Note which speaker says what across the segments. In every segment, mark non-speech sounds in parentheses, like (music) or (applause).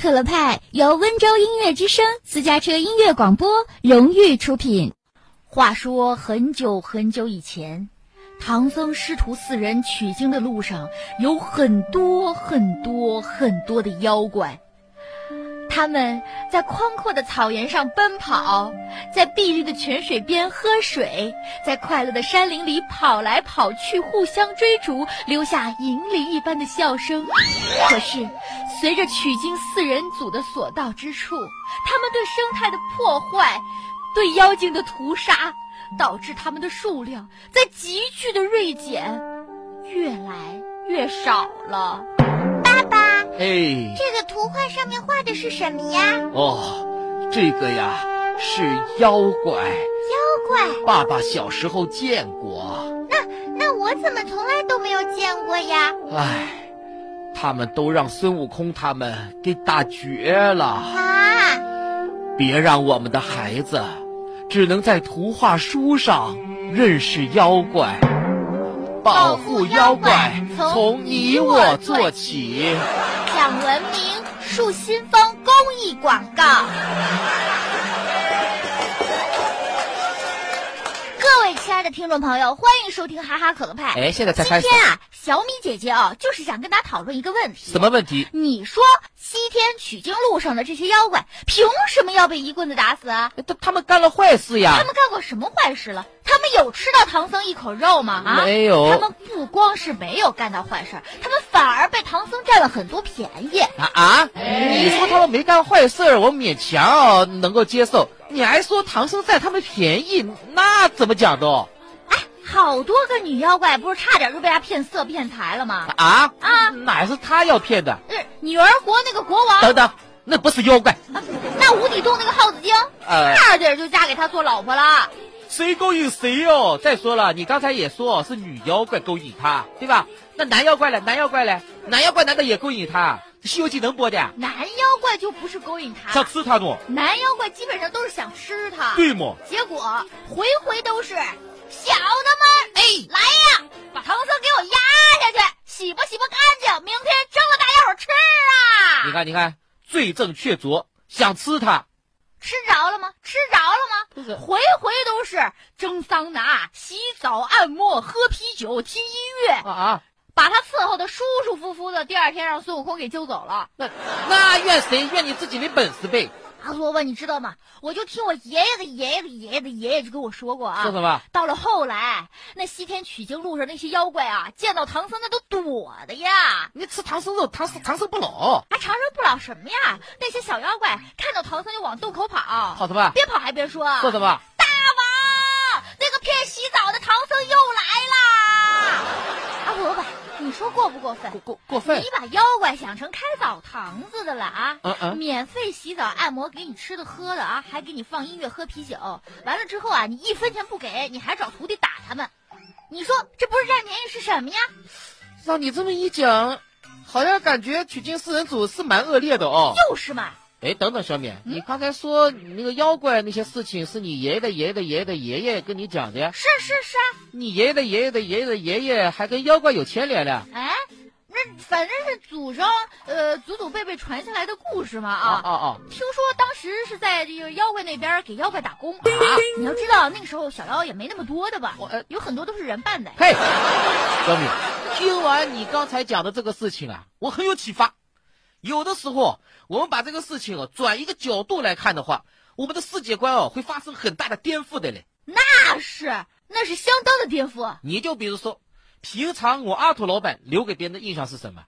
Speaker 1: 可乐派由温州音乐之声私家车音乐广播荣誉出品。话说很久很久以前，唐僧师徒四人取经的路上，有很多很多很多的妖怪。他们在宽阔的草原上奔跑，在碧绿的泉水边喝水，在快乐的山林里跑来跑去，互相追逐，留下银铃一般的笑声。可是，随着取经四人组的所到之处，他们对生态的破坏，对妖精的屠杀，导致他们的数量在急剧的锐减，越来越少了。
Speaker 2: 爸爸，
Speaker 3: 哎，
Speaker 2: 这个图画上面画的是什么呀？
Speaker 3: 哦，这个呀是妖怪，
Speaker 2: 妖怪？
Speaker 3: 爸爸小时候见过。
Speaker 2: 那我怎么从来都没有见过呀？
Speaker 3: 唉，哎他们都让孙悟空他们给打绝了。
Speaker 2: 啊，
Speaker 3: 别让我们的孩子只能在图画书上认识妖怪。保护妖怪，从你我做起。
Speaker 2: 讲文明，树新风公益广告。各位亲爱的听众朋友，欢迎收听哈哈可乐派。
Speaker 3: 哎，现在才
Speaker 2: 今
Speaker 3: 开始，
Speaker 2: 天啊，小米姐姐啊，就是想跟大家讨论一个问题
Speaker 3: 什。么问题？
Speaker 2: 你说西天取经路上的这些妖怪，凭什么要被一棍子打死啊？
Speaker 3: 哎他他们干了坏事呀
Speaker 2: 他！们干过什么坏事了？他们有吃到唐僧一口肉吗？啊，
Speaker 3: 没有
Speaker 2: 他们不光是没有干到坏事儿，他们反而被唐僧占了很多便宜。
Speaker 3: 啊啊！你说他们没干坏事儿，我勉强、哦、能够接受。你还说唐僧占他们便宜，那怎么讲的？
Speaker 2: 哎好多个女妖怪不是差点就被他骗色骗财了吗？
Speaker 3: 啊
Speaker 2: 啊！
Speaker 3: 哪是他要骗的？
Speaker 2: 呃，女儿国那个国王，
Speaker 3: 等等，那不是妖怪，
Speaker 2: 啊那无底洞那个耗子精，
Speaker 3: 呃，
Speaker 2: 差点就嫁给他做老婆了。
Speaker 3: 谁勾引谁哦？再说了，你刚才也说是女妖怪勾引他，对吧？那男妖怪嘞？男妖怪嘞？男妖怪难道也勾引他？《西游记》能播的？
Speaker 2: 男妖怪就不是勾引他，
Speaker 3: 吃他喏？
Speaker 2: 男妖怪基本上都是想吃他。
Speaker 3: 么？
Speaker 2: 结果回回都是小的们，哎，来呀，把唐僧给我压下去，洗吧洗吧干净，明天蒸了大家伙儿吃啊！
Speaker 3: 你看，你看，罪证确凿，想吃他，
Speaker 2: 吃着了吗？吃着了
Speaker 3: 不是
Speaker 2: 吗？回回都是蒸桑拿、洗澡、按摩、喝啤酒、听音乐，
Speaker 3: 啊啊！
Speaker 2: 把他伺候的舒舒服服的。第二天让孙悟空给揪走了。
Speaker 3: 那那怨谁？怨你自己没本事呗。
Speaker 2: 阿罗吧，你知道吗？我就听我爷爷的爷爷的爷爷的爷爷就跟我说过啊，
Speaker 3: 说什么？
Speaker 2: 到了后来，那西天取经路上那些妖怪啊，见到唐僧那都躲的呀。
Speaker 3: 你吃唐僧肉，唐僧唐僧不老，
Speaker 2: 还长生不老什么呀？那些小妖怪看到唐僧就往洞口跑，
Speaker 3: 好什么？
Speaker 2: 边跑还边说：“
Speaker 3: 说什么？
Speaker 2: 大王，那个骗洗澡的唐僧又来啦！”阿伯伯，你说过不过分
Speaker 3: 过？过过分
Speaker 2: 你？把妖怪想成开澡堂子的了啊！
Speaker 3: 嗯嗯
Speaker 2: 免费洗澡、按摩，给你吃的、喝的啊，还给你放音乐、喝啤酒。完了之后啊，你一分钱不给，你还找徒弟打他们，你说这不是占便宜是什么呀？
Speaker 3: 照你这么一讲，好像感觉取经四人组是蛮恶劣的哦。
Speaker 2: 就是嘛，
Speaker 3: 哎，等等，小敏，你刚才说你那个妖怪那些事情是你爷爷的爷爷的爷爷的爷爷跟你讲的，
Speaker 2: 是是是啊。
Speaker 3: 你爷爷的爷爷的爷爷的爷爷还跟妖怪有牵连了？
Speaker 2: 哎，那反正是祖上呃祖祖辈辈传下来的故事嘛
Speaker 3: 啊
Speaker 2: 啊。
Speaker 3: 啊啊！
Speaker 2: 听说当时是在这个妖怪那边给妖怪打工，
Speaker 3: 啊
Speaker 2: 你要知道那个时候小妖也没那么多的吧
Speaker 3: 我呃，
Speaker 2: 有很多都是人扮的。
Speaker 3: 嘿，小敏，听完你刚才讲的这个事情啊，我很有启发。有的时候，我们把这个事情啊转一个角度来看的话，我们的世界观哦会发生很大的颠覆的嘞。
Speaker 2: 那是那是相当的颠覆。啊
Speaker 3: 你就比如说，平常我阿土老板留给别人的印象是什么？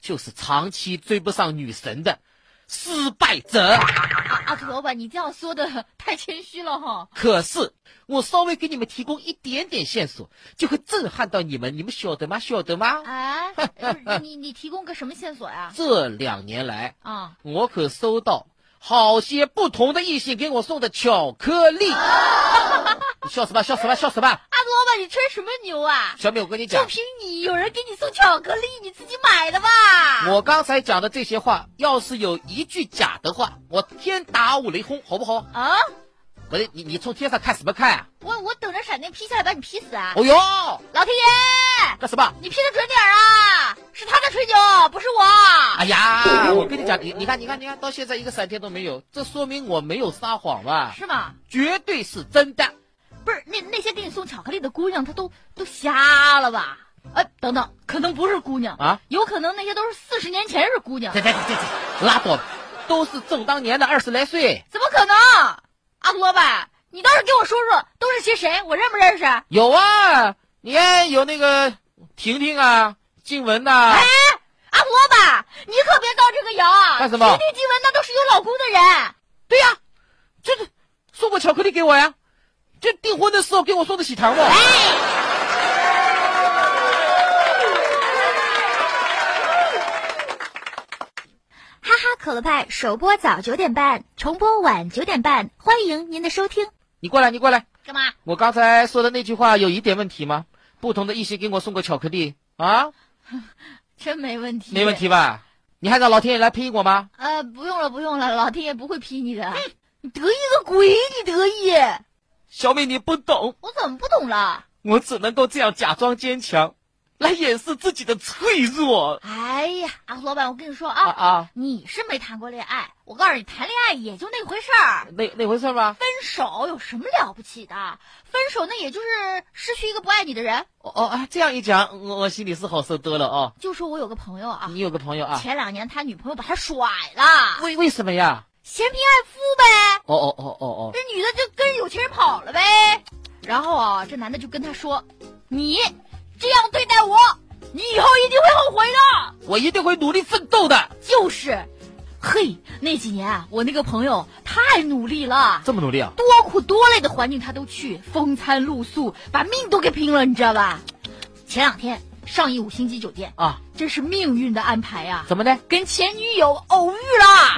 Speaker 3: 就是长期追不上女神的失败者。
Speaker 2: 啊阿土老板，你这样说的太谦虚了哈。
Speaker 3: 可是我稍微给你们提供一点点线索，就会震撼到你们，你们晓得吗？晓得吗？
Speaker 2: 哎，呃你你提供个什么线索呀？
Speaker 3: 这两年来，
Speaker 2: 啊，
Speaker 3: 我可收到好些不同的异性给我送的巧克力。你笑什么？笑什么？笑什么？
Speaker 2: 阿土老板，你吹什么牛啊？
Speaker 3: 小美，我跟你
Speaker 2: 就
Speaker 3: 讲，
Speaker 2: 凭你有人给你送巧克力，你自己买的吧？
Speaker 3: 我刚才讲的这些话，要是有一句假的话，我天打五雷轰，好不好？
Speaker 2: 啊，
Speaker 3: 不是你，你从天上看什么看啊？
Speaker 2: 我我等着闪电劈下来把你劈死啊！
Speaker 3: 哦哟，
Speaker 2: 老天爷，
Speaker 3: 干什么？
Speaker 2: 你劈的准点儿啊！是他在吹牛，不是我。
Speaker 3: 哎呀，我跟你讲，你你看，你看，你看到现在一个闪电都没有，这说明我没有撒谎吧？
Speaker 2: 是吗？
Speaker 3: 绝对是真的。
Speaker 2: 不是那那些给你送巧克力的姑娘，她都都瞎了吧？哎，等等，可能不是姑娘
Speaker 3: 啊，
Speaker 2: 有可能那些都是四十年前是姑娘
Speaker 3: 这，这这这这，拉倒，都是正当年的二十来岁。
Speaker 2: 怎么可能？阿杜老板，你倒是给我说说，都是些谁？我认不认识？
Speaker 3: 有啊，你看有那个婷婷啊，静雯呐、
Speaker 2: 哎，阿杜老板，你可别造这个谣啊！
Speaker 3: 干什么
Speaker 2: 婷婷、静雯那都是有老公的人。
Speaker 3: 对呀、就是送过巧克力给我呀，就订婚的时候给我送的喜糖嘛。
Speaker 2: 哎，
Speaker 1: (laughs) 哈哈可乐派首播早九点半，重播晚九点半，欢迎您的收听。
Speaker 3: 你过来，你过来，
Speaker 2: 干嘛？
Speaker 3: 我刚才说的那句话有一点问题吗？不同的异性给我送过巧克力啊，
Speaker 2: 真没问题，
Speaker 3: 没问。题吧？你还让老天爷来批我吗？
Speaker 2: 呃，不用了，不用了，老天爷不会批你的。你得意个鬼！你得意，
Speaker 3: 小美，你不懂，
Speaker 2: 我怎么不懂了？
Speaker 3: 我只能够这样假装坚强，来掩饰自己的脆弱。
Speaker 2: 哎呀，阿杜老板，我跟你说
Speaker 3: 啊
Speaker 2: 啊，
Speaker 3: 啊，
Speaker 2: 你是没谈过恋爱，我告诉你，谈恋爱也就那回事儿。
Speaker 3: 那那回事吗？
Speaker 2: 分手有什么了不起的？分手那也就是失去一个不爱你的人。
Speaker 3: 哦哦，哎这样一讲，我我心里是好受多了哦。
Speaker 2: 就说我有个朋友啊，
Speaker 3: 你有个朋友啊，
Speaker 2: 前两年他女朋友把他甩了，
Speaker 3: 为为什么呀？
Speaker 2: 嫌贫爱富呗，
Speaker 3: 哦哦哦哦哦，
Speaker 2: 这女的就跟有钱人跑了呗。然后啊，这男的就跟他说：“你这样对待我，你以后一定会后悔的。”
Speaker 3: 我一定会努力奋斗的。
Speaker 2: 就是，嘿，那几年啊，我那个朋友太努力了，
Speaker 3: 这么努力啊？
Speaker 2: 多苦多累的环境他都去，风餐露宿，把命都给拼了，你知道吧？前两天上一五星级酒店，
Speaker 3: 啊，
Speaker 2: 真是命运的安排呀、
Speaker 3: 怎么的？
Speaker 2: 跟前女友偶遇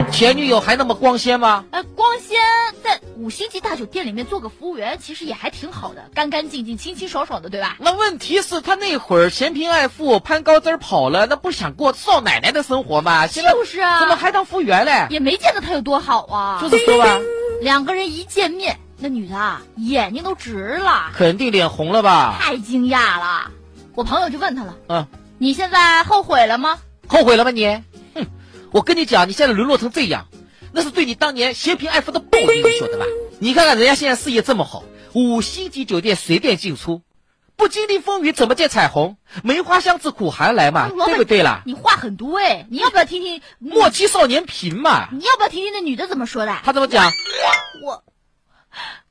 Speaker 2: 了，
Speaker 3: 前女友还那么光鲜吗？
Speaker 2: 呃，光鲜在五星级大酒店里面做个服务员，其实也还挺好的，干干净净、清清爽爽的，对吧？
Speaker 3: 那问题是，他那会儿嫌贫爱富，攀高枝儿跑了，那不想过少奶奶的生活吗？现在
Speaker 2: 就是啊
Speaker 3: 怎么还当服务员嘞？
Speaker 2: 也没见得他有多好啊。
Speaker 3: 就是说
Speaker 2: (laughs)
Speaker 3: 吧，
Speaker 2: 两个人一见面，那女的啊眼睛都直了。
Speaker 3: 肯定脸红了吧？
Speaker 2: 太惊讶了。我朋友就问他了
Speaker 3: 嗯，：“
Speaker 2: 你现在后悔了吗
Speaker 3: 后悔了吗你？哼，我跟你讲，你现在沦落成这样，那是对你当年嫌贫爱富的报应，你晓得吧？你看看人家现在事业这么好，五星级酒店随便进出，不经历风雨怎么见彩虹？梅花香自苦寒来嘛，
Speaker 2: 哎老板
Speaker 3: 对不对啦？”？
Speaker 2: 你话很多哎，你要不要听听？
Speaker 3: 啊莫欺少年贫嘛，
Speaker 2: 你要不要听听那女的怎么说的？
Speaker 3: 他怎么讲？
Speaker 2: 我，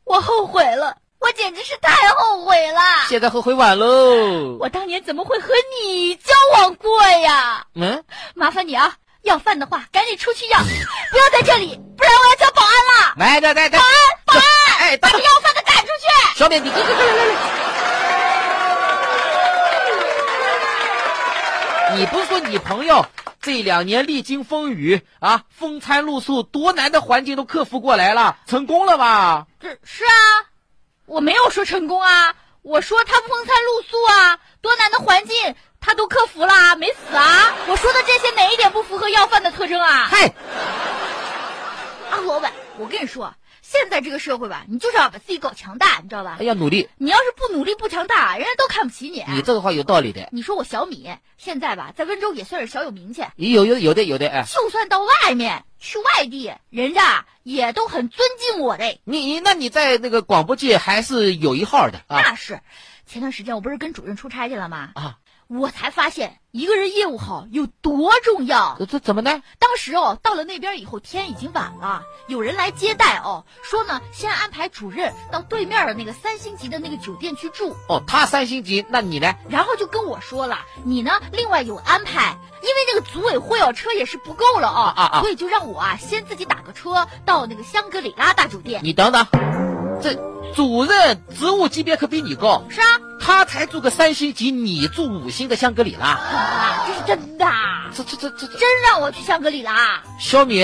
Speaker 2: 我后悔了，我简直是太后悔了。
Speaker 3: 现在后悔晚喽。
Speaker 2: 我当年怎么会和你交往过呀？
Speaker 3: 嗯，
Speaker 2: 麻烦你啊，要饭的话赶紧出去要，不要在这里，不然我要叫保安了。
Speaker 3: 来来来来，
Speaker 2: 保安，
Speaker 3: 哎，
Speaker 2: 把
Speaker 3: 等
Speaker 2: 这
Speaker 3: 等，
Speaker 2: 要饭的赶出去。
Speaker 3: 小美，你快快快来来来。你不是说你朋友这两年历经风雨啊，风餐露宿，多难的环境都克服过来了，成功了吧？
Speaker 2: 是是啊，我没有说成功啊，我说他风餐露宿啊，多难的环境他都克服了啊，没死啊。我说的这些哪一点不符合要饭的特征啊？
Speaker 3: 嗨，
Speaker 2: 啊，老板，我跟你说，现在这个社会吧，你就是要把自己搞强大，你知道吧
Speaker 3: 哎？呀，努力，
Speaker 2: 你要是不努力不强大，人家都看不起你。
Speaker 3: 你这个话有道理的。
Speaker 2: 你说我小米现在吧，在温州也算是小有名气，
Speaker 3: 有有有的有的哎，
Speaker 2: 就算到外面去外地，人家啊也都很尊敬我的。
Speaker 3: 你你那你在那个广播界还是有一号的啊
Speaker 2: 那是，前段时间我不是跟主任出差去了吗？
Speaker 3: 啊，
Speaker 2: 我才发现一个人业务好有多重要。
Speaker 3: 这怎么呢？
Speaker 2: 当时哦，到了那边以后，天已经晚了，有人来接待哦，说呢，先安排主任到对面的那个三星级的那个酒店去住，
Speaker 3: 哦，他三星级，那你呢？
Speaker 2: 然后就跟我说了，你呢另外有安排，因为那个组委会哦车也是不够了哦，
Speaker 3: 啊啊
Speaker 2: 所以就让我啊先自己打个车到那个香格里拉大酒店。
Speaker 3: 你等等，这主任职务级别可比你高，
Speaker 2: 是啊，
Speaker 3: 他才住个三星级，你住五星的香格里拉，
Speaker 2: 啊，这是真的，啊
Speaker 3: 这这这这这，
Speaker 2: 真让我去香格里拉。
Speaker 3: 小米，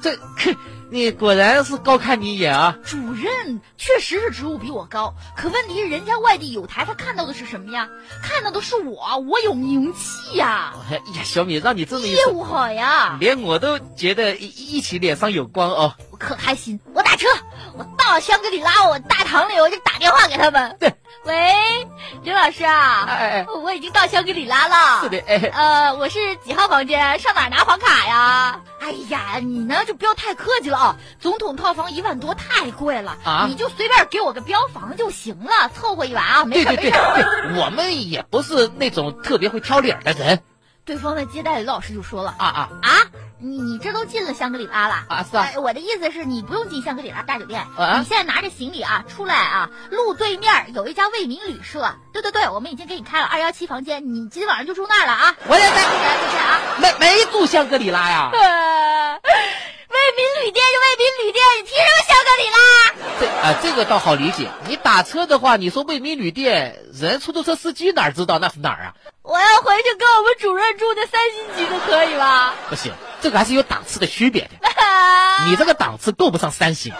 Speaker 3: 这哼你果然是高看你一眼啊！
Speaker 2: 主任确实是职务比我高，可问题是人家外地有台，他看到的是什么呀？看到的是我，我有名气呀，
Speaker 3: 哎呀，小米，让你这么一
Speaker 2: 业
Speaker 3: 说，
Speaker 2: 务好呀，
Speaker 3: 连我都觉得一一起脸上有光哦。
Speaker 2: 我可开心。我打车，我把我香格里拉，我大堂里，我就打电话给他们。
Speaker 3: 对，
Speaker 2: 喂，刘老师啊，
Speaker 3: 哎哎
Speaker 2: 我已经到香格里拉了。
Speaker 3: 是的，哎，
Speaker 2: (laughs) 呃，我是几号房间？上哪儿拿房卡呀？哎呀，你呢就不要太客气了啊！总统套房一万多太贵了，
Speaker 3: 啊
Speaker 2: 你就随便给我个标房就行了，凑合一晚啊，没
Speaker 3: 对
Speaker 2: 事儿
Speaker 3: 对
Speaker 2: 没
Speaker 3: 对
Speaker 2: 事儿。
Speaker 3: 对，我们也不是那种特别会挑理儿的人
Speaker 2: 对方的接待老师就说了
Speaker 3: 啊啊
Speaker 2: 啊，你你这都进了香格里拉了。
Speaker 3: 啊是啊
Speaker 2: 哎我的意思是你不用进香格里拉大酒店，
Speaker 3: 啊
Speaker 2: 你现在拿着行李啊出来啊，路对面有一家为民旅社，对对对，我们已经给你开了二幺七房间，你今晚上就住那儿了啊。
Speaker 3: 我也在
Speaker 2: 再见再见啊。
Speaker 3: 没没住香格里拉呀？
Speaker 2: (laughs) 呃，为民旅店就为民旅店，你提什么香格里拉？
Speaker 3: 这啊，这个倒好理解。你打车的话，你说为民旅店，人出租车司机哪知道那是哪儿啊？
Speaker 2: 我要回去跟我们主任住那三星级的，可以 (laughs) 吗？
Speaker 3: 不行，这个还是有档次的区别的。你这个档次够不上三星。